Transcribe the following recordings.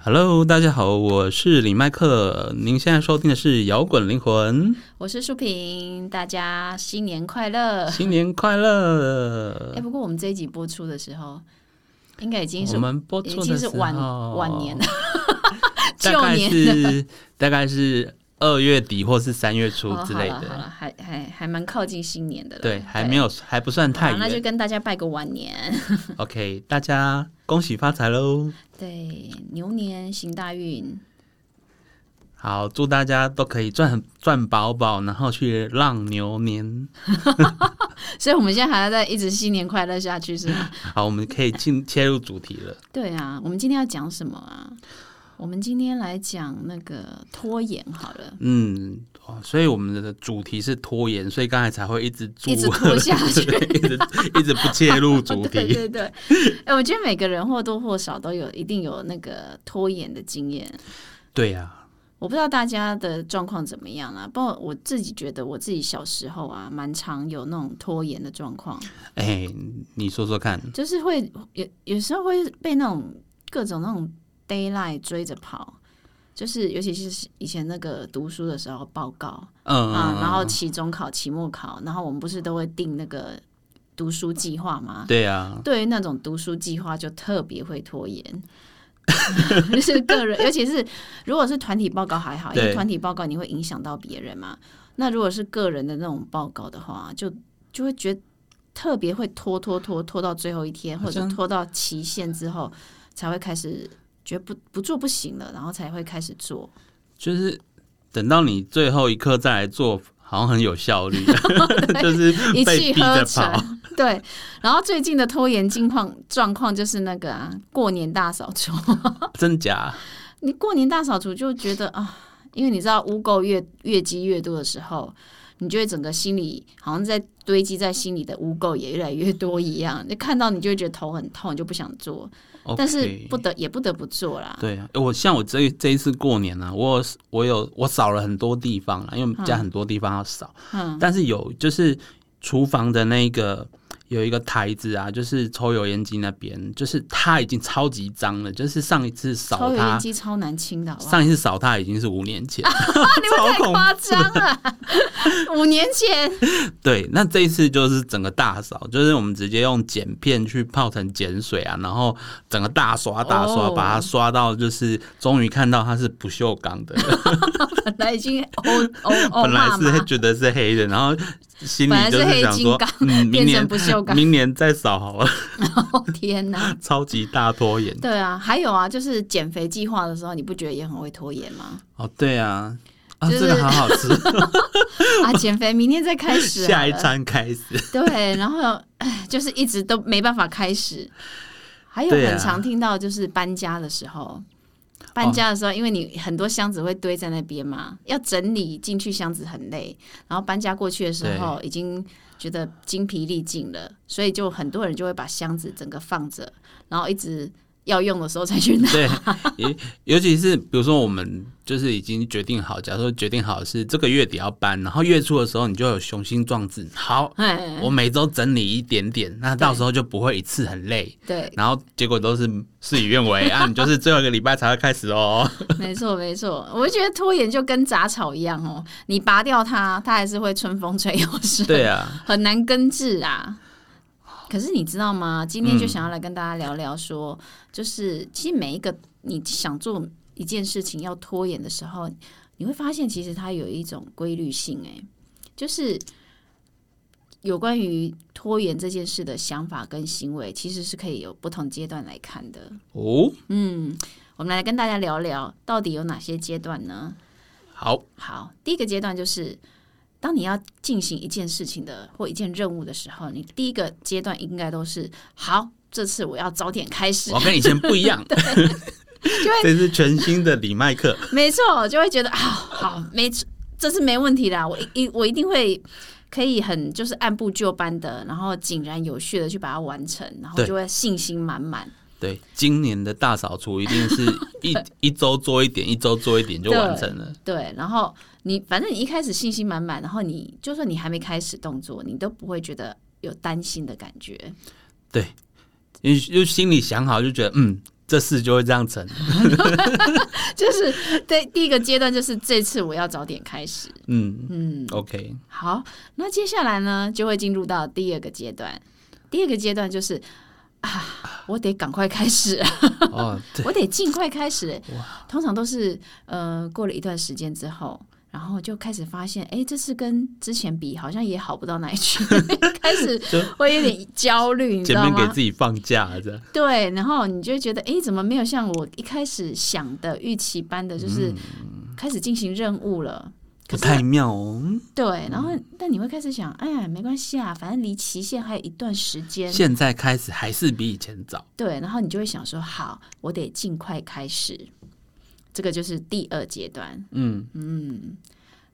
Hello，大家好，我是李麦克，您现在收听的是《摇滚灵魂》， 我是舒萍，大家新年快乐！哎、新年快乐！不过我们这一集播出的时候，应该已经是我们播已出经的是时候晚晚年，了，大概旧年是 大概是二月底或是三月初哦，之好类了好的，了，还还还蛮靠近新年的了，对，还没有还不算好太啦那就远。跟大家拜个晚年， OK，大家恭喜发财喽！对，牛年行大运， 好，祝大家都可以赚赚饱饱，然后去浪牛年。所以我们现在还要再一直新年快乐下去是 吗？好，我们可以进切入主题了。对啊，我们今天要讲什么啊？我们今天来讲那个拖延好了。嗯，哦所以我们的主题是拖延，所以刚才才会一直住一直拖下去对 一直一直不切入主 对题。对对，哎、我觉得每个人或多或少都有一定有那个拖延的经验。对啊呀、我不知道大家的状况怎么样啦，不过我自己觉得我自己小时候啊，蛮常有那种拖延的状况，哎、你说说看，就是会有有时候会被那种各种那种 d a y l i g h t 追着跑。就是，尤其是以前那个读书的时候报告、嗯，啊，然后期中考、期末考，然后我们不是都会定那个读书计划吗？对啊呀、对于那种读书计划就特别会拖延， 就是个人，尤其是如果是团体报告还好，因为对团体报告你会影响到别人嘛。那如果是个人的那种报告的话，就就会觉得特别会拖拖拖拖到最后一天，或好像者拖到期限之后才会开始觉得不不做不行了，然后才会开始 做。就是等到你最后一刻再来做，好像很有效 率， 就是一被气逼着呵跑。成，对。然后最近的拖延境况状况就是那个啊，过年大扫除。 真假？你过年大扫除就觉得啊，因为你知道污垢越越积越多的时候，你就会整个心里好像在堆积在心里的污垢也越来越多一样。你看到你就会觉得头很痛，你就不想做 o k 但是不得也不得不做啦。对啊，我像我这这一次过年啊，我有我有我扫了很多地方啊啦，因为我们家很多地方要扫，嗯，但是有就是厨房的那个有一个台子啊，就是抽油烟机那边，就是它已经超级脏了，就是上一次抽扫油它烟，机超难清的，好啊不好？上一次扫它已经是五年前， 太超恐怖。夸张了，五年前对，那这一次就是整个大扫，就是我们直接用碱片去泡成碱水啊，然后整个大刷大刷，哦把它刷到就是终于看到它是不锈钢的。本来已经哦哦哦本来骂是嘛，觉得是黑的，然后心本里来就是是黑想金说刚，嗯，明变成年不锈钢。明年再扫好了，哦天哪！超级大拖延。对啊，还有啊，就是减肥计划的时候，你不觉得也很会拖延吗？哦，对啊，啊，就是这个好好 吃，啊，减肥明天再开始，啊下一。餐开始。 对，然后唉，就是一直都没办法开始。还有对啊哦很常听到就是搬家的时候，搬家的时候，因为你很多箱子会堆在那边嘛，要整理进去箱子很累，然后搬家过去的时候已经觉得精疲力尽了，所以就很多人就会把箱子整个放着，然后一直要用的时候才去 拿。对，尤尤其是比如说我们就是已经决定好，假如说决定好是这个月底要搬，然后月初的时候你就有雄心壮志，好，哎，我每周整理一点点，那到时候就不会一次很累。对，然后结果都是事与愿违 啊！你就是最后一个礼拜才会开始哦。没错，没错，我就觉得拖延就跟杂草一样哦，你拔掉它，它还是会春风吹又生，对啊，很难根治啊。可是你知道吗？今天就想要来跟大家聊聊说，就是其实每一个你想做一件事情要拖延的时候，你会发现其实它有一种规律性、诶，就是有关于拖延这件事的想法跟行为，其实是可以有不同阶段来看的。哦，我们来跟大家聊聊，到底有哪些阶段呢？好，好，第一个阶段就是，当你要进行一件事情的或一件任务的时候，你第一个阶段应该都是好，这次我要早点开始我，跟以前不一 样，这是全新的李麦克。 没错，就会觉得啊，好，没错这次没问题啦，我一一我一定会可以很就是按部就班的，然后井然有序的去把它完成，然后对就会信心满满。对，今年的大扫除一定 是一一周做一点，一周做一点就完成了。对，然后你反正你一开始信心满满，然后你就算你还没开始动作，你都不会觉得有担心的感觉。因为就心里想好，就觉得嗯，这事就会这样成。 就是对第一个阶段，就是这次我要早点开始。嗯嗯， ，OK，好，那接下来呢，就会进入到第二个阶段。第二个阶段就是啊，我得赶快开始， 哦，对，我得尽快开始。通常都是呃，过了一段时间之后。然后就开始发现，哎，这次跟之前比好像也好不到哪 里去， 开始就会有点焦虑，你知前道面给吗？自己放假这样。对，然后你就会觉得，哎，怎么没有像我一开始想的预期般的，就是嗯开始进行任务了？不可是嗯太妙哦，对，然后但你会开始想，哎呀，没关系啊，反正离期限还有一段时间。现在开始还是比以前早。对，然后你就会想说，好，我得尽快开始。这个就是第二阶段，嗯，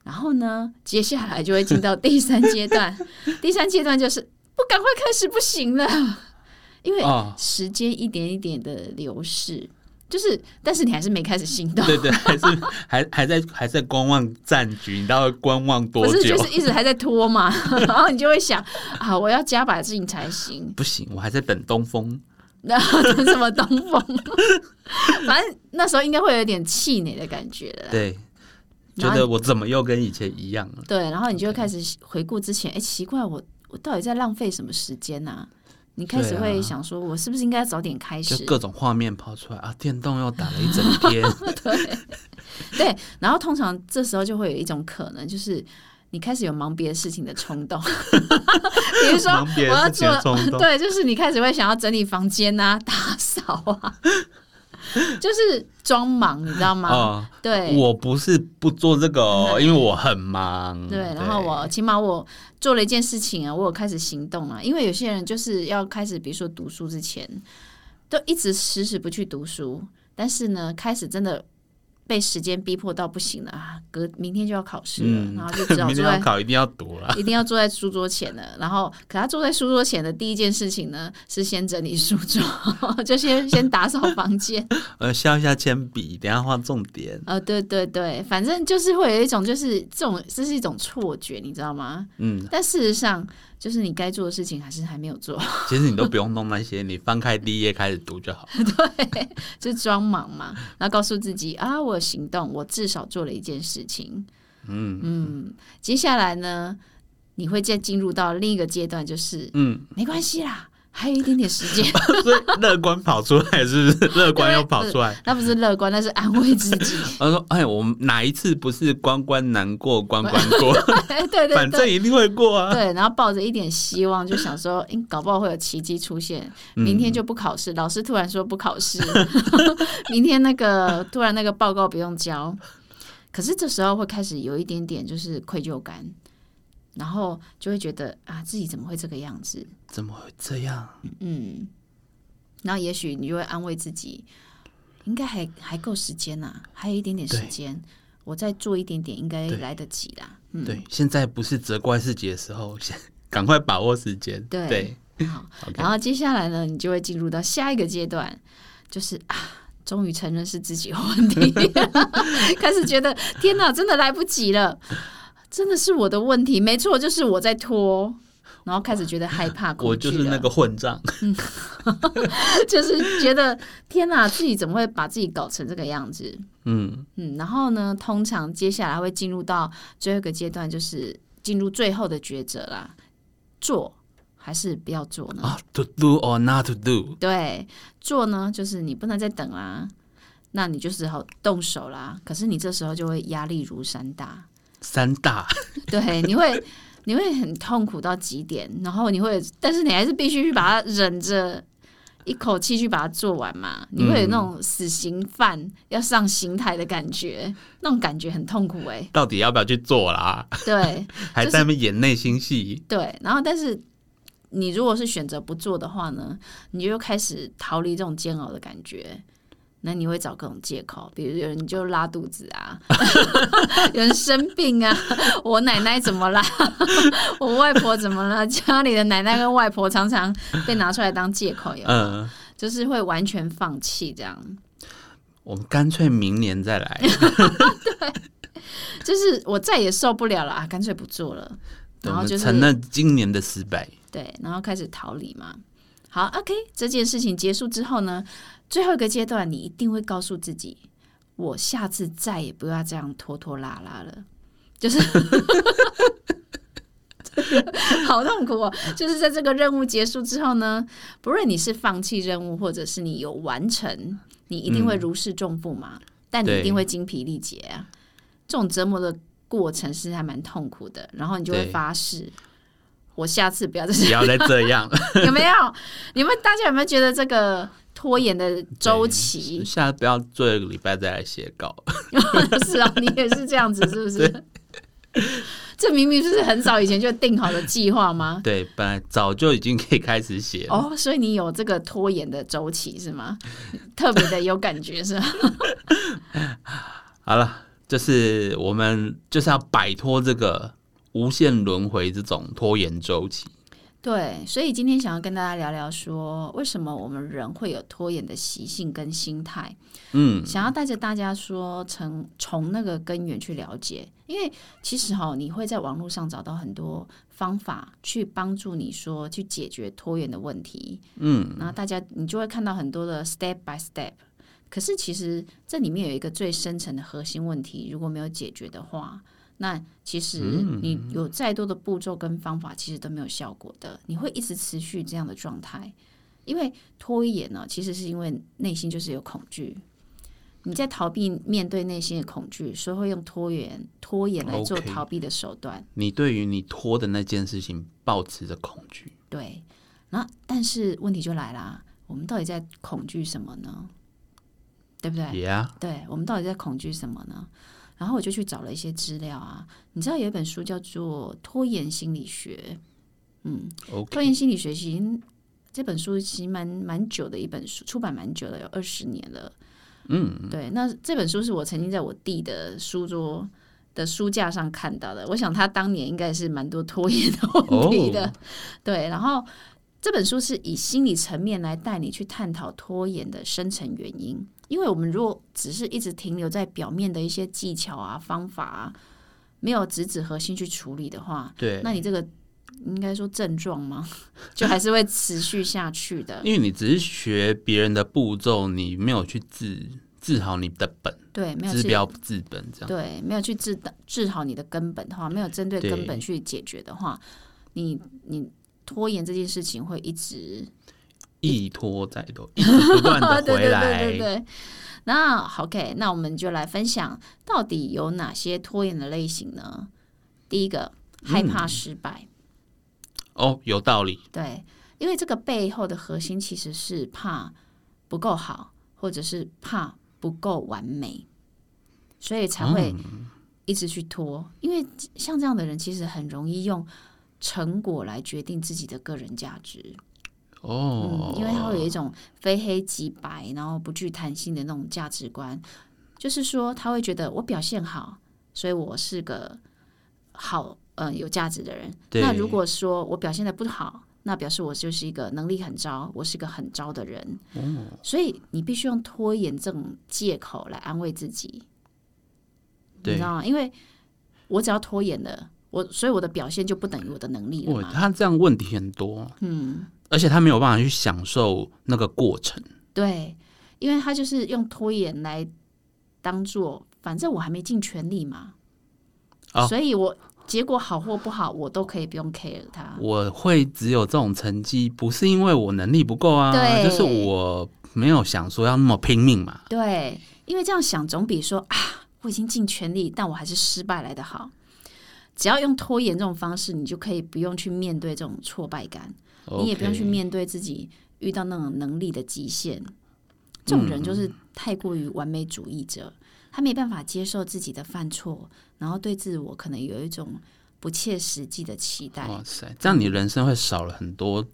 然后呢，接下来就会进到第三 阶段。第三阶段就是不赶快开始不行了，因为哦，时间一点一点的流逝，就是，但是你还是没开始行动，对对，还是还还在还在观望战局，你知道观望多不久？是就是一直还在拖嘛， 然后你就会想啊，我要加把劲才行，不行，我还在等东风。 然后等什么东风，反正那时候应该会有点气馁的感觉了啦。对，啊觉然后得我怎么又跟以前一样了？对，然后你就会开始回顾之嗯前，哎、奇怪，我我到底在浪费什么时间呐、你开始对啊会想说，我是不是应该早点开就始？各种画面跑出来啊，电动又打了一整天，对，然后通常这时候就会有一种可能，就是你开始有忙别的事情的 冲动，比如说忙我别的要事情的做冲，动对，就是你开始会想要整理房间啊、打扫啊，就是装忙，你知道吗？哦，对。嗯我不是不做这个、哦，因为我很忙。对，然后我起码我做了一件事情啊，我有开始行动了、因为有些人就是要开始，比如说读书之前，都一直迟迟不去读书，但是呢，开始真的被时间逼迫到不行了啊，隔明天就要考试了，嗯然后 就只好明坐天在要考一定要读 了。一定要坐在书桌前的。然后，可他坐在书桌前的第一件事情呢，是先整理书桌， 就先先打扫房间。 呃，削一下铅笔，等一下画重点。呃，对对对，反正就是会有一种，就是这种，这是一种错觉，你知道吗？嗯，但事实上，就是你该做的事情还是还没有做， 其实你都不用弄那些，你翻开第一页开始读就好。就是装忙嘛。然后告诉自己啊，我有行动，我至少做了一件事情。 嗯嗯，接下来呢，你会再进入到另一个阶段，就是嗯，没关系啦，还有一点点时间。 所以乐观跑出来是不是？乐观又跑出来。那不是乐观，那是安慰自己。 他说：“哎，我们哪一次不是关关难过关关过？ 对对 对，反正一定会过 啊。对，然后抱着一点希望，就想说，嗯，搞不好会有奇迹出现。嗯明天就不考试，老师突然说不考试， 明天那个突然那个报告不用交。可是这时候会开始有一点点就是愧疚感，然后就会觉得啊，自己怎么会这个样子？怎么会这样？嗯，然后也许你就会安慰自己，应该还还够时间呐、还有一点点时对间，我再做一点点应该对来得及啦。嗯，对，现在不是责怪自己的时候，先赶快把握时间。对对好， ，OK，然后接下来呢，你就会进入到下一个阶段，就是啊，终于承认是自己有 问题，开始觉得天哪，真的来不及了，真的是我的问题，没错，就是我在拖，然后开始觉得害怕，恐我惧就是那了个，混账。就是觉得天哪，自己怎么会把自己搞成这个样子？嗯，嗯，然后呢，通常接下来会进入到最后一个阶段，就是进入最后的抉择啦，做还是不要做呢？啊，to do or not to do。对，做呢就是你不能再等啦，那你就只好动手啦。可是你这时候就会压力如山大，三大，对，你会你会很痛苦到极点，然后你会，但是你还是必须去把它忍着。一口气去把它做完嘛，你会有那种死刑犯、要上刑台的感觉，那种感觉很痛苦哎、到底要不要去做啦？对还在那边演内心戏。对，然后但是你如果是选择不做的话呢，你就开始逃离这种煎熬的感觉。那你会找各种借口，比如有人就拉肚子啊， 有人生病啊，我奶奶怎么啦， 我外婆怎么了？ 家里的奶奶跟外婆常常被拿出来当借口，有嗯，就是会完全放弃这样。我们干脆明年再 来。就是我再也受不了了啊，干脆不做了。对然我后们就是承认今年的失败。对，然后开始逃离嘛。好，OK，这件事情结束之后呢，最后一个阶段，你一定会告诉自己，我下次再也不要这样拖拖拉拉了。 就是好痛苦哦！就是在这个任务结束之后呢，不论你是放弃任务，或者是你有完成，你一定会如释重负嘛。但你一定会精疲力竭啊！这种折磨的过程是还蛮痛苦的，然后你就会对发誓，我下次不要再不要再这样了，有没有？你们大家有没有觉得这个拖延的 周期下次不要做一个礼拜再来写稿。 是啊？你也是这样子，是不是？这明明就是很早以前就定好的计划吗？对，本来早就已经可以开始写了。哦，所以你有这个拖延的周期是吗？特别的有感觉是吗？好了，就是我们就是要摆脱这个无限轮回这种拖延周期。 对，所以今天想要跟大家聊聊说，为什么我们人会有拖延的习性跟心态。嗯，想要带着大家说从从那个根源去了解，因为其实哈、你会在网络上找到很多方法去帮助你说去解决拖延的问题。嗯，然后大家你就会看到很多的 step by step。可是其实这里面有一个最深层的核心问题，如果没有解决的话，那其实你有再多的步骤跟方法，其实都没有效果的。你会一直持续这样的状态，因为拖延呢，其实是因为内心就是有恐惧，你在逃避面对内心的恐惧，所以会用拖延拖延来做 OK 逃避的手段。你对于你拖的那件事情抱持着恐惧，对，然后但是问题就来啦，我们到底在恐惧什么呢？对不对？也啊，对我们到底在恐惧什么呢？然后我就去找了一些资料啊，你知道有一本书叫做《拖延心理学》，嗯， OK 拖延心理学》其实这本书其实蛮蛮久的一本书，出版蛮久了，有二十年了。嗯，对，那这本书是我曾经在我弟的书桌的书架上看到的，我想他当年应该是蛮多拖延的问题的。 对，然后这本书是以心理层面来带你去探讨拖延的深层原因，因为我们如果只是一直停留在表面的一些技巧啊、方法啊，没有直指核心去处理的话，对，那你这个应该说症状吗？ 就还是会持续下去的。因为你只是学别人的步骤，你没有去治治好你的本，对，没有治去标不治本这样。对，没有去治的治好你的根本的话，没有针对对根本去解决的话，你你拖延这件事情会一直一拖再拖， 一直不断的 对回对来。对对对。那好 OK，那我们就来分享到底有哪些拖延的类型呢？第一个，害嗯怕失败，哦，有道理。对，因为这个背后的核心其实是怕不够好，或者是怕不够完美，所以才会一直去拖。因为像这样的人，其实很容易用成果来决定自己的个人价值。哦嗯，，因为他会有一种非黑即白，然后不具弹性的那种价值观，就是说他会觉得我表现好，所以我是个好呃有价值的人。对那如果说我表现的不好，那表示我就是一个能力很糟，我是个很糟的人。哦所以你必须用拖延这种借口来安慰自己，你对知道吗？因为我只要拖延了，我所以我的表现就不等于我的能力了哇，嘛。哦他这样问题很多。嗯，而且他没有办法去享受那个过程。对，因为他就是用拖延来当做，反正我还没尽全力嘛，哦所以我结果好或不好，我都可以不用 care 他。我会只有这种成绩，不是因为我能力不够啊，对就是我没有想说要那么拼命嘛。对，因为这样想总比说啊，我已经尽全力，但我还是失败来的好。只要用拖延这种方式，你就可以不用去面对这种挫败感，你也不用去 OK 面对自己遇到那种能力的极限。这种人就是太过于完美主义者，他没办法接受自己的犯错，然后对自我可能有一种不切实际的期待。哇塞，这样你人生会少了很多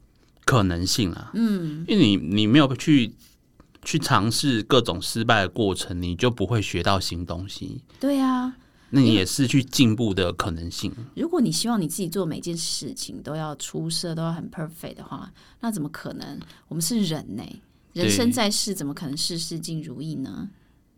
可能性啊。嗯，因为你你没有去去尝试各种失败的过程，你就不会学到新东西，对啊，那你也失去进步的可能性。如果你希望你自己做每件事情都要出色，都要很 perfect 的话，那怎么可能？我们是人呢、人生对在世，怎么可能事事尽如意呢？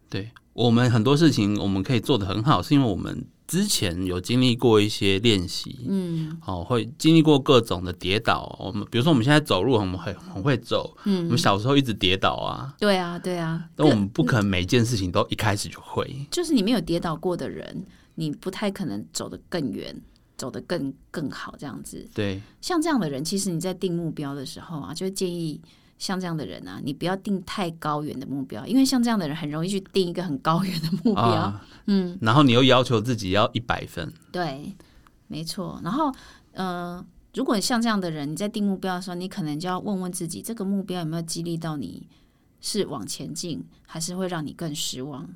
对我们很多事情我们可以做得很好，是因为我们之前有经历过一些练习，嗯，哦，会经历过各种的跌倒。我们比如说，我们现在走路，我们很很会走，嗯，我们小时候一直跌倒啊，对啊，对啊，那我们不可能每件事情都一开始就会。就是你没有跌倒过的人，你不太可能走得更远，走得更更好这样子。对，像这样的人，其实你在定目标的时候啊，就会建议像这样的人啊，你不要定太高远的目标，因为像这样的人很容易去定一个很高远的目标。啊，嗯，然后你又要求自己要一百分，对，没错。然后，呃，如果像这样的人，你在定目标的时候，你可能就要问问自己，这个目标有没有激励到你，是往前进，还是会让你更失望？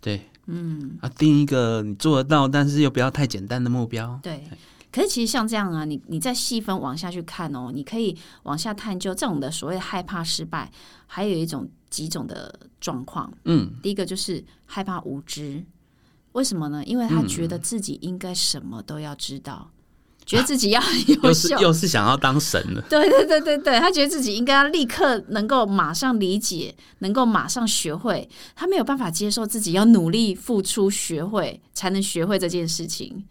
对，嗯，啊，定一个你做得到，但是又不要太简单的目标，对。可是其实像这样啊，你你再细分往下去看哦，你可以往下探究这种的所谓害怕失败，还有一种几种的状况。嗯，第一个就是害怕无知，为什么呢？因为他觉得自己应该什么都要知道，觉得自己要很优又是秀，又是想要当神了，对对对对对，他觉得自己应该要立刻能够马上理解，能够马上学会，他没有办法接受自己要努力付出、学会才能学会这件事情。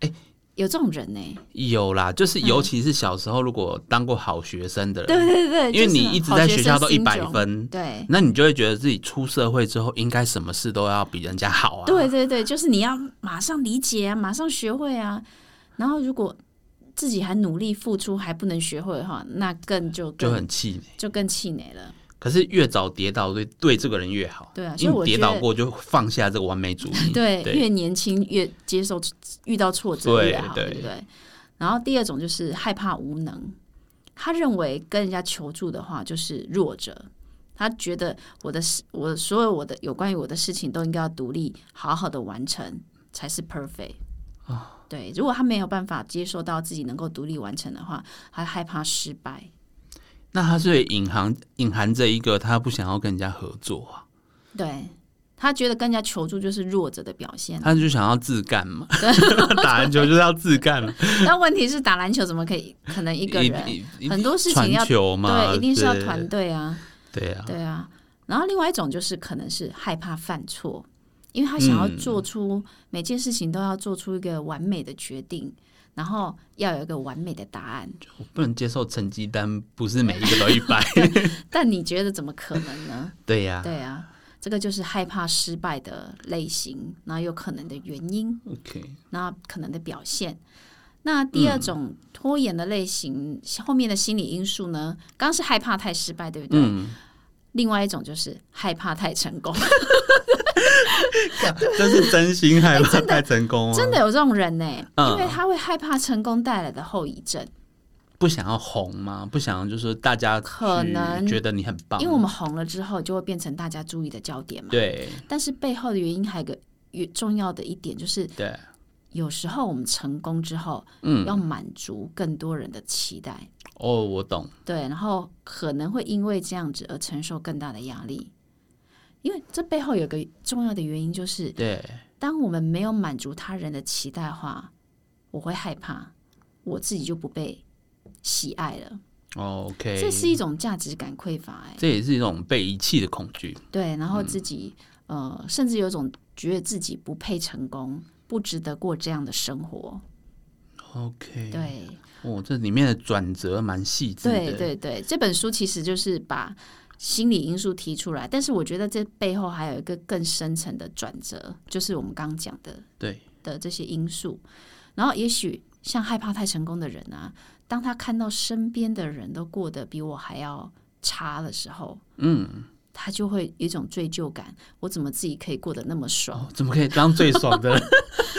哎有这种人呢、有啦，就是嗯尤其是小时候如果当过好学生的人，对对对，因为就是你一直好在学学校生都一心百中，分，对。那你就会觉得自己出社会之后应该什么事都要比人家好啊。对对对，就是你要马上理解啊，马上学会啊。然后如果自己还努力付出还不能学会的话，那更就就更很气馁。就更气馁了。可是越早跌倒，对对这个人越好。对啊所以因为我你跌觉倒得过就放下这个完美主 义。对，对越年轻越接受遇到挫折对越好，对对不对？然后第二种就是害怕无能，他认为跟人家求助的话就是弱者，他觉得我的事，我所有我的有关于我的事情都应该要独立好好的完成才是 perfect 啊。对，如果他没有办法接受到自己能够独立完成的话，他害怕失败。那他是隐含隐含着一个他不想要跟人家合作啊，对他觉得跟人家求助就是弱者的表现。啊他就想要自干嘛， 打篮球就是要自干嘛，但问题是打篮球怎么可以？可能 一个人一一很多事情传要球嘛，对，一定是要对团队啊，对啊，对啊。然后另外一种就是可能是害怕犯错，因为他想要嗯做出每件事情都要做出一个完美的决定，然后要有一个完美的答案。我不能接受成绩单不是每一个都一 百，但你觉得怎么可能呢？对呀、对啊，这个就是害怕失败的类型，然后有可能的原因。 o k 那可能的表现。那第嗯二种拖延的类型，后面的心理因素呢？刚刚是害怕太失败，对不嗯对？另外一种就是害怕太成功，这是真心害怕太成功啊，真的有这种人呢、嗯因为他会害怕成功带来的后遗症。不想要红吗？不想就是大家可去能觉得你很棒，因为我们红了之后，就会变成大家注意的焦点嘛。对但是背后的原因还有一个原重要的一点，就是对，有时候我们成功之后，嗯，要满足更多人的期待，哦，我懂，对，然后可能会因为这样子而承受更大的压力，因为这背后有个重要的原因，就是对，当我们没有满足他人的期待的话，我会害怕我自己就不被喜爱了，哦，OK，这是一种价值感匮乏、哎，这也是一种被遗弃的恐惧，对，然后自己、呃，甚至有种觉得自己不配成功，不值得过这样的生活， OK，，对。哦，这里面的转折蛮细致的，对对对，这本书其实就是把心理因素提出来，但是我觉得这背后还有一个更深层的转折，就是我们刚刚讲的对的这些因素。然后也许像害怕太成功的人啊，当他看到身边的人都过得比我还要差的时候，嗯，他就会有一种罪疚感，我怎么自己可以过得那么爽？哦，怎么可以当最爽的人？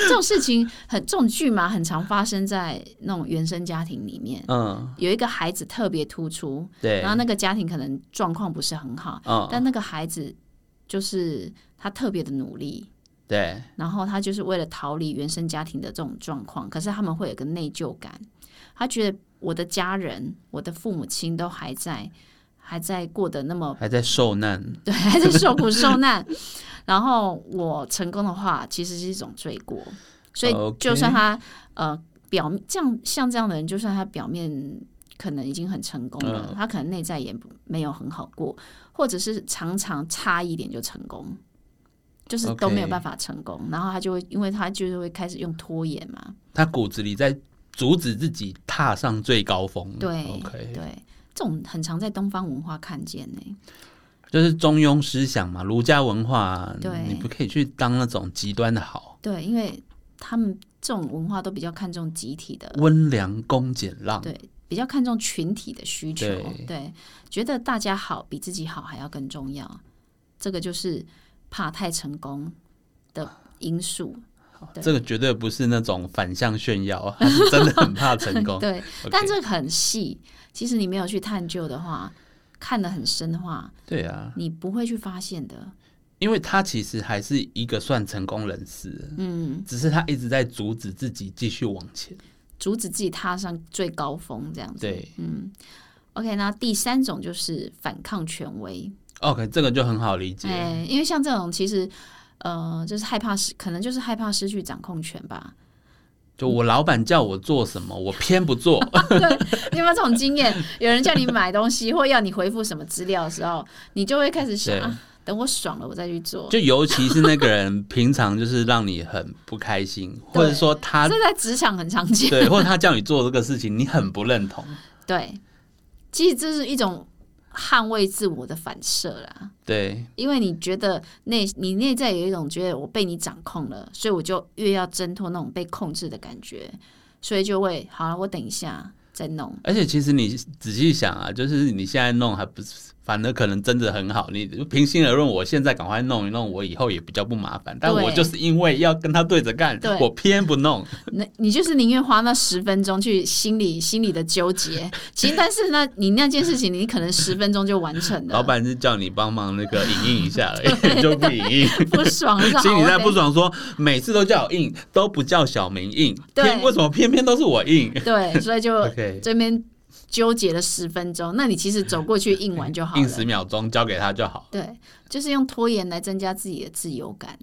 这种事情很这种剧嘛，很常发生在那种原生家庭里面， 嗯，有一个孩子特别突出，对然，后那个家庭可能状况不是很好，嗯，但那个孩子就是他特别的努力，对，然后他就是为了逃离原生家庭的这种状况，可是他们会有个内疚感，他觉得我的家人、我的父母亲都还在，还在过得那么还在受难，对， 还在受苦受难，然后我成功的话，其实是一种罪过，所以 OK 就算他呃表面这样像这样的人，就算他表面可能已经很成功了，他可能内在也不没有很好过，或者是常常差一点就成功，就是都没有办法成功然后他就会，因为他就是会开始用拖延嘛，他骨子里在阻止自己踏上最高峰。对，OK，对，这种很常在东方文化看见呢、就是中庸思想嘛，儒家文化，对你不可以去当那种极端的好，对，因为他们这种文化都比较看重集体的，温良恭俭让。对，比较看重群体的需求，对对，觉得大家好比自己好还要更重要，这个就是怕太成功的因素。对这个绝对不是那种反向炫耀，他是真的很怕成功。对， OK 但这个很细，其实你没有去探究的话，看得很深的话，对啊，你不会去发现的。因为他其实还是一个算成功人士，嗯，只是他一直在阻止自己继续往前。阻止自己踏上最高峰这样子。对嗯。OK，那第三种就是反抗权威。 OK，这个就很好理解。哎、因为像这种其实，呃，就是害怕失，可能就是害怕失去掌控权吧。就我老板叫我做 什么，我偏不做。 你有没有这种经验？有人叫你买东西或要你回复什么资料的时候，你就会开始想，对啊、等我爽了我再去做。就尤其是那个人平常就是让你很不开心，或者说他这在职场很常见。 对，或者他叫你做这个事情，你很不认同。对，其实这是一种捍卫自我的反射啦，对，因为你觉得内你内在有一种觉得我被你掌控了，所以我就越要挣脱那种被控制的感觉，所以就会好了，我等一下再弄。而且其实你仔细想啊，就是你现在弄还不是，反而可能真的很好。你平心而论，我现在赶快弄一弄，我以后也比较不麻烦。但对我就是因为要跟他对着干对，我偏不 弄。那你就是宁愿花那十分钟去心里心里的 纠结，其实但是呢，你那件事情你可能十分钟就完成了，老板是叫你帮忙那个影印一下而已， 就不影印。不爽 了，心里在不爽。爽说，每次都叫我印，都不叫小明印，对偏为什么偏偏都是我印？对，所以就 OK 这边纠结了十分钟，那你其实走过去印完就好了，印十秒钟交给他就好。对，就是用拖延来增加自己的自由感。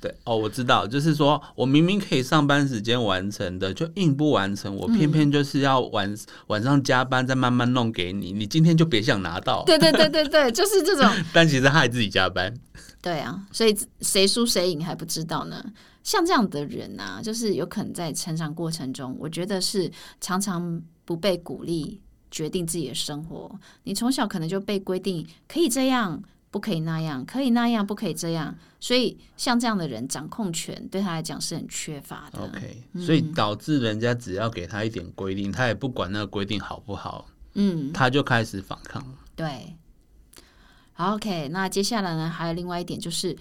对，哦，我知道，就是说我明明可以上班时间完成的，就硬不完成，我偏偏就是要晚、晚上加班再慢慢弄给你，你今天就别想拿 到。对对对对对，就是这种。但其实害自己加班，对啊，所以谁输谁赢还不知道呢。像这样的人啊，就是有可能在成长过程中，我觉得是常常不被鼓励决定自己的生活。你从小可能就被规定可以这样，不可以那样，可以那样，不可以这样。所以像这样的人，掌控权对他来讲是很缺乏的。 OK，所以导致人家只要给他一点规定，他也不管那个规定好不好，嗯，他就开始反抗。对。好，OK，那接下来呢，还有另外一点就是，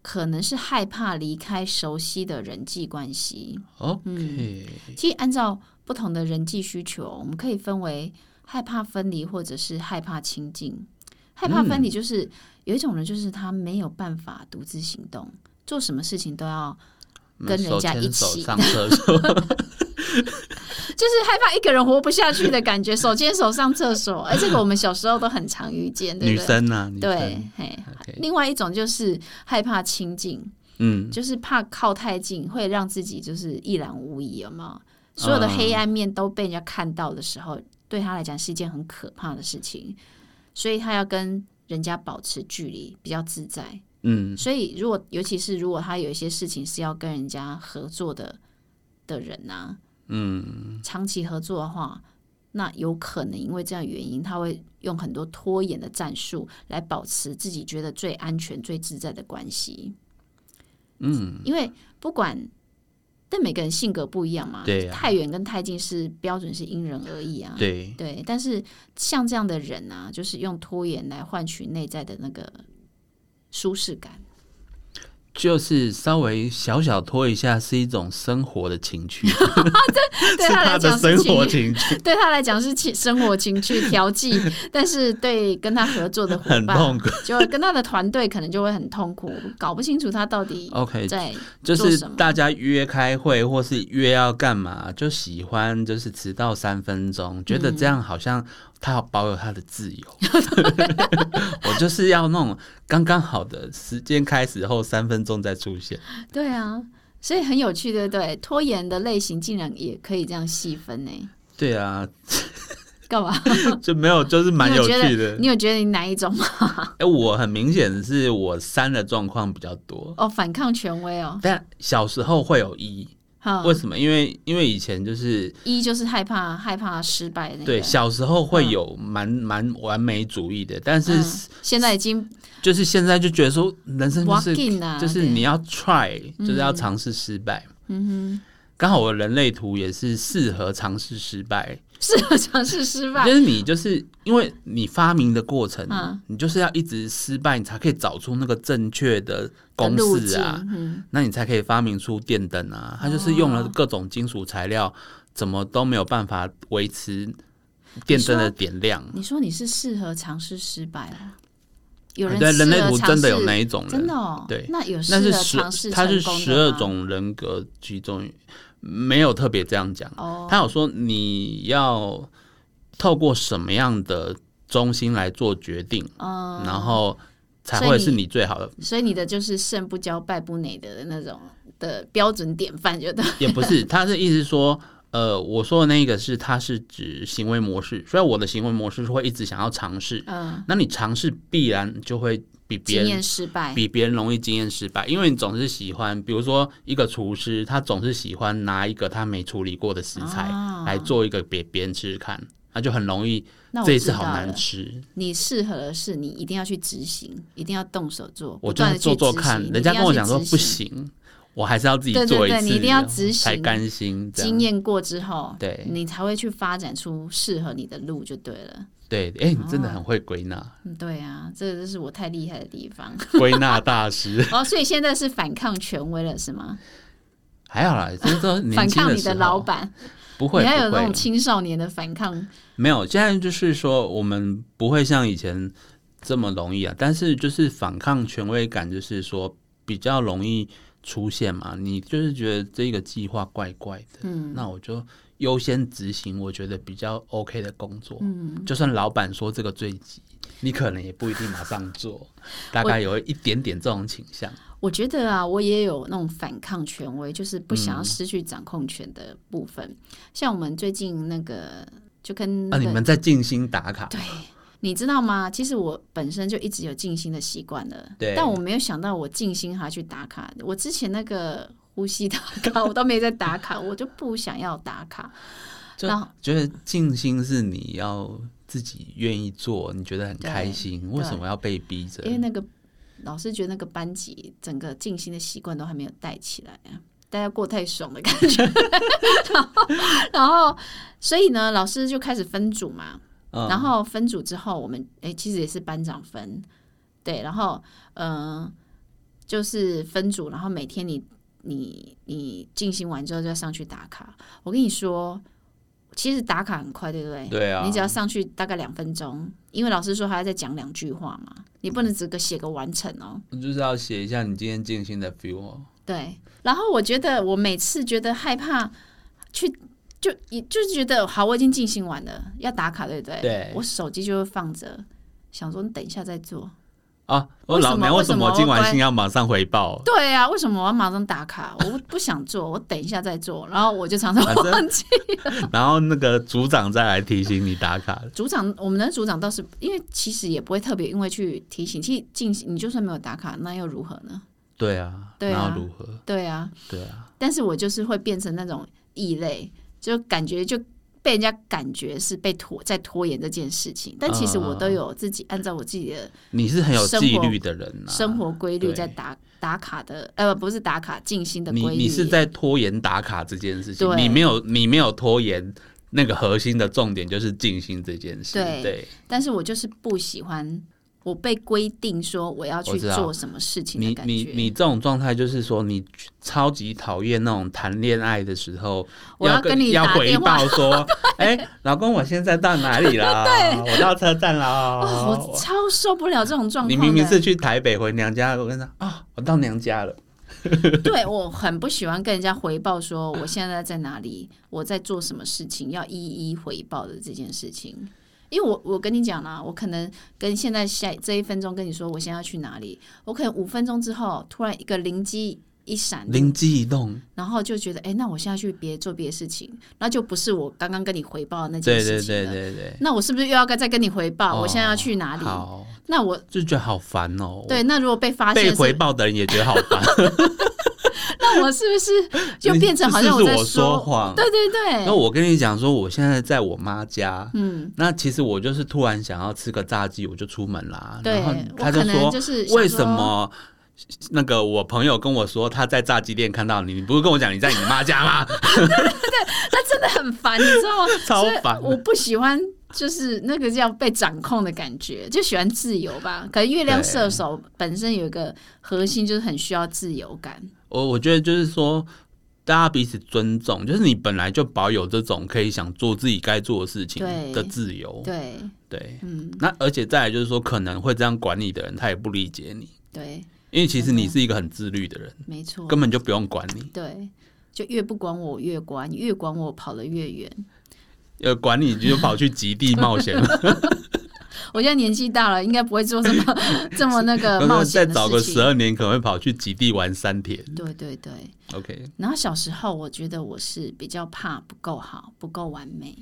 可能是害怕离开熟悉的人际关系。 OK，、嗯其实按照不同的人际需求，我们可以分为害怕分离，或者是害怕亲近。害怕嗯分离就是、有一种人，就是他没有办法独自行动，做什么事情都要，跟人家一起手牵手上厕所，就是害怕一个人活不下去的感觉，手牵手上厕所。哎，这个我们小时候都很常遇见，对女不对？生啊，女生对，嘿。 ，OK，另外一种就是害怕亲近，嗯，就是怕靠太近会让自己就是一览无遗，有没有？所有的嗯黑暗面都被人家看到的时候，对他来讲是一件很可怕的事情，所以他要跟人家保持距离，比较自在。嗯，所以如果尤其是如果他有一些事情是要跟人家合作的的人啊，嗯，长期合作的话，那有可能因为这样的原因，他会用很多拖延的战术来保持自己觉得最安全、最自在的关系。嗯，因为不管。但每个人性格不一样嘛，对啊太远跟太近是标准是因人而异啊。对，对，但是像这样的人啊，就是用拖延来换取内在的那个舒适感。就是稍微小小拖一下，是一种生活的情趣，是 对他来他的讲生是情活趣，情趣， 对他来讲是情生活情趣调 剂，但是对跟他合作的伙很伴，痛苦。就跟他的团队可能就会很痛苦，搞不清楚他到底 OK，在就做是什么大家约开会或是约要干嘛，就喜欢就是迟到三分钟，觉得这样好像他保有他的自由。 我就是要那种刚刚好的时间开始后三分钟再出现。对啊，所以很有趣，对不对？拖延的类型竟然也可以这样细分呢、对啊，欸干嘛？就没有，就是 蛮你有有觉趣得的。你有觉得你哪一种 吗？哎、我很明显是我三的状况比较多，哦，反抗权威哦，但小时候会有一，哈为，什么？因为因为以前就是一就是害怕害怕失败那个，对小时候会有蛮蛮完美主义的，但嗯是现在已经就是现在就觉得说人生就 walk 是 in 啦，就是啊对你要 try，就是要嗯尝试失败。嗯刚好我人类图也是适合尝试失败，哼， 适合尝试失败就，是你就是因为你发明的过程，嗯你就是要一直失败，你才可以找出那个正确的公路式径啊，，嗯，那你才可以发明出电灯哦啊。它就是用了各种金属材料，怎么都没有办法维持电灯的点亮。你说你是适合尝试失败哦，有啊人对，人类图适合真的有尝试那一种真人的，哦，对那有适那是合尝试十，他是成功的十二吗种人格其中没有特别这样讲。哦，他有说你要透过什么样的中心来做决定，嗯，然后才所以会是你你最好的，所以你的就是胜不骄败不馁的那种的标准典范，觉得也不是。他是意思说，呃，我说的那个是，它是指行为模式。虽然我的行为模式是会一直想要尝试，嗯，那你尝试必然就会比别经人验失败，比别人容易经验失败，因为你总是喜欢，比如说一个厨师，他总是喜欢拿一个他没处理过的食材啊来做一个别别人吃吃看，那就很容易那我这一知次好道难了。吃。你适合的是你一定要去执行，一定要动手做，我不就断是的做做看，人家跟我讲说不，行，我还是要自己对对做一对次，你一定要执才行甘心。这经样验过之后，对你才会去发展出适合你的路就对了。对，哎、你真的啊很会归纳，嗯，对啊，这个就是我太厉害的地方。归纳大师。哦，所以现在是反抗权威了，是吗？ 还好啦，就是说年反轻抗你时候的老板，不会你要不有那种会，青少年的反抗。没有。现在就是说我们不会像以前这么容易啊，但是就是反抗权威感，就是说比较容易出现嘛。你就是觉得这个计划怪怪的，嗯那我就优先执行我觉得比较 OK 的工作。嗯，就算老板说这个最急，你可能也不一定马上做，大我概有一点点这种倾向。我觉得啊，我也有那种反抗权威，就是不想要失去掌控权的部分。像我们最近那个，就跟那、那啊你个、们在静心打卡，对，你知道吗？其实我本身就一直有静心的习惯了，对但我没有想到我静心还去打卡。我之前那个呼吸打卡， 我都没在打卡，我就不想要打卡。就然后觉得静心是你要自己愿意做，你觉得很开心，为什么要被逼着因？为那个老师觉得那个班级整个静心的习惯都还没有带起来啊，大家过太爽的感觉。 然后，然后，所以呢，老师就开始分组嘛。嗯然后分组之后，我们诶、其实也是班长分，对。然后，嗯、就是分组，然后每天你你你进行完之后就要上去打卡。我跟你说，其实打卡很快，对不对？对啊你，只要上去大概两分钟，因为老师说还要再讲两句话嘛，你不能只个写个完成哦。就是要写一下你今天静心的 feel 哦。对，然后我觉得我每次觉得害怕去，就也就觉得好，我已经进行完了，要打卡，对不对？对我手机就会放着，想说你等一下再做。啊，我为什么老娘为什么为什么今晚心要马上回 报？对啊，为什么我要马上打卡？我不不想做，我等一下再做，然后我就常常反正忘记。然后那个组长再来提醒你打卡。组长，我们的组长倒是因为其实也不会特别因为去提醒，其实进行你就算没有打卡，那又如何呢？对啊，对啊然后如何？对啊，对啊，但是我就是会变成那种异类，就感觉就被人家感觉是被拖在拖延这件事情，但嗯其实我都有自己按照我自己的你是很有生纪活律的人啊呐、生活规律对在打打卡的，呃，不是打卡进行的你规律。你是在拖延打卡这件事情，对你没有你没有拖延，那个核心的重点就是静心这件事。对但是我就是不喜欢我被规定说我要我去知道做什么事情的你感你觉。你这种状态就是说，你超级讨厌那种谈恋爱的时候，我要跟跟你要打回电话报 说，哎、老公，我现在到哪里了？我到车站了哦，哦。我超受不了这种状况的。你明明是去台北回娘家，我跟他啊、我到娘家了。 对我很不喜欢跟人家回报说我现在在哪里，我在做什么事情，要一一回报的这件事情。因为我我跟你讲啦、我可能跟现在下这一分钟跟你说我现在要去哪里，我可能五分钟之后突然一个灵机一闪灵机一动，然后就觉得，哎，那我现在去别做别的事情，那就不是我刚刚跟你回报的那件对事对情对了对对。那我是不是又要该再跟你回报？我现在要哦去哪里？好，那我就觉得好烦哦。对，那如果被发现被是不回是，报的人也觉得好烦， 那我是不是就变成好像这是在我说谎。对对对，那我跟你讲说，我现在在我妈家，嗯，那其实我就是突然想要吃个炸鸡，我就出门啦。对然后，我他可能说，就是想为什说么？那个我朋友跟我说他在炸鸡店看到你，你不是跟我讲你在你妈家 吗？那真的很烦，你知道吗？超所以烦的我不喜欢就是那个叫被掌控的感觉，就喜欢自由吧。可能月亮射手本身有一个核心，就是很需要自由感。我我觉得就是说，大家彼此尊重，就是你本来就保有这种可以想做自己该做的事情对的自由。对，对，嗯，那而且再来就是说，可能会这样管你的人，他也不理解你，对，因为其实真的你是一个很自律的人，没错，根本就不用管你。对。就越不管我越管，你越管我跑得越远。呃，管你就跑去极地冒险了，我现在年纪大了，应该不会做这 么这么那个然呃冒后险再的找个事十情。二年，可能会跑去极地玩三天。对对对， OK，然后小时候，我觉得我是比较怕不够好、不够完美，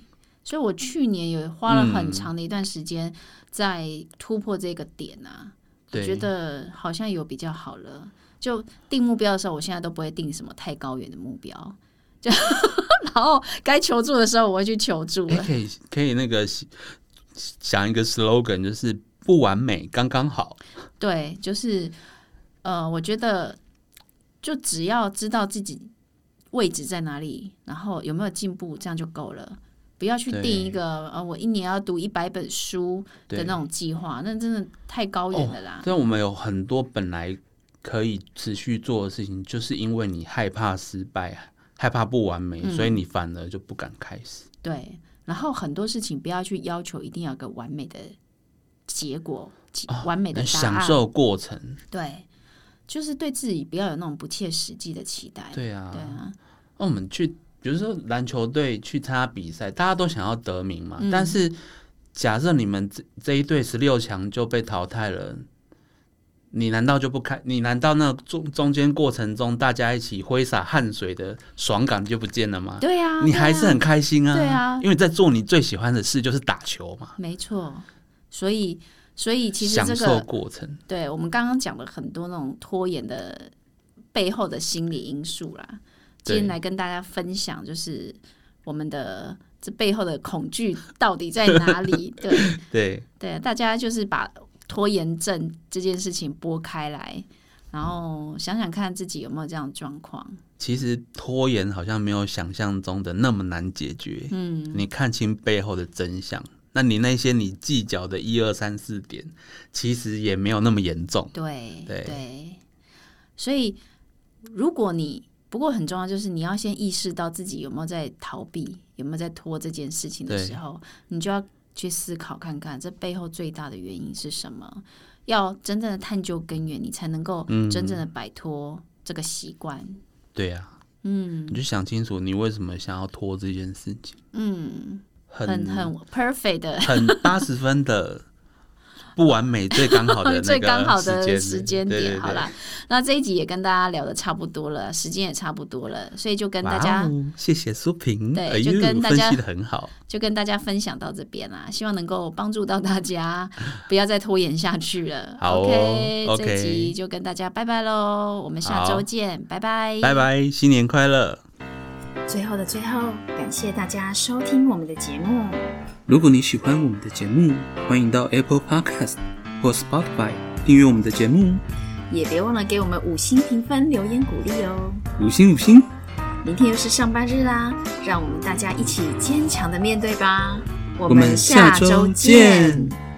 所以我去年也花了很长的一段时间在突破这个点啊。我对觉得好像有比较好了。就定目标的时候，我现在都不会定什么太高远的目标，就 然后该求助的时候，我会去求助哎、了。可以可以那个想一个 slogan，就是不完美刚刚好。对，就是呃，我觉得就只要知道自己位置在哪里，然后有没有进步，这样就够了。不要去定对一个呃，我一年要读一百本书的对哦那种计划，那真的太高远了啦。但我们有很多本来可以持续做的事情，就是因为你害怕失败，害怕不完美，嗯所以你反而就不敢开始。对，然后很多事情不要去要求一定要有个完美的结果、结完美的哦能答享案。受过程，对，就是对自己不要有那种不切实际的期待。对啊。对啊，那我们去，比如说篮球队去参加比赛，大家都想要得名嘛。嗯但是假设你们这这一队十六强就被淘汰了，你难道就不开？你难道那中中间过程中大家一起挥洒汗水的爽感就不见了吗？对啊，你对还啊是很开心啊，对啊因为在做你最喜欢的事，就是打球嘛，没错，所以所以其实享这受个过程。对我们刚刚讲了很多那种拖延的背后的心理因素啦。今对天来跟大家分享，就是我们的这背后的恐惧到底在 哪里？对对，对，大家就是把拖延症这件事情拨开来，然后想想看自己有没有这样的状况。其实拖延好像没有想象中的那么难解决。嗯，你看清背后的真相，那你那些你计较的一二三四点，其实也没有那么严重。对对所以如果你不过很重要，就是你要先意识到自己有没有在逃避，有没有在拖这件事情的对时候，你就要去思考看看这背后最大的原因是什么，要真正的探究根源，你才能够嗯真正的摆脱这个习惯。对呀、嗯，你就想清楚你为什么想要拖这件事情。嗯，很很很 perfect 的。很八十分的不完美，最刚好的那个 最刚好的时时间间点，对对对好啦，那这一集也跟大家聊的差不多了，时间也差不多了，所以就跟大家哇哦谢谢苏萍，对哎就呦跟大分家析的很好。就跟大家分享到这边啦，希望能够帮助到大家，不要再拖延下去了。好哦 OK，, OK 这集就跟大家拜拜喽，我们下周见，拜拜，拜。拜，新年快乐！最后的最后，感谢大家收听我们的节目。如果你喜欢我们的节目，欢迎到 Apple Podcast 或 Spotify 订阅我们的节目，也别忘了给我们五星评分、留言鼓励哦。五星五星。明天又是上班日啦，让我们大家一起坚强的面对吧。我我们下周见。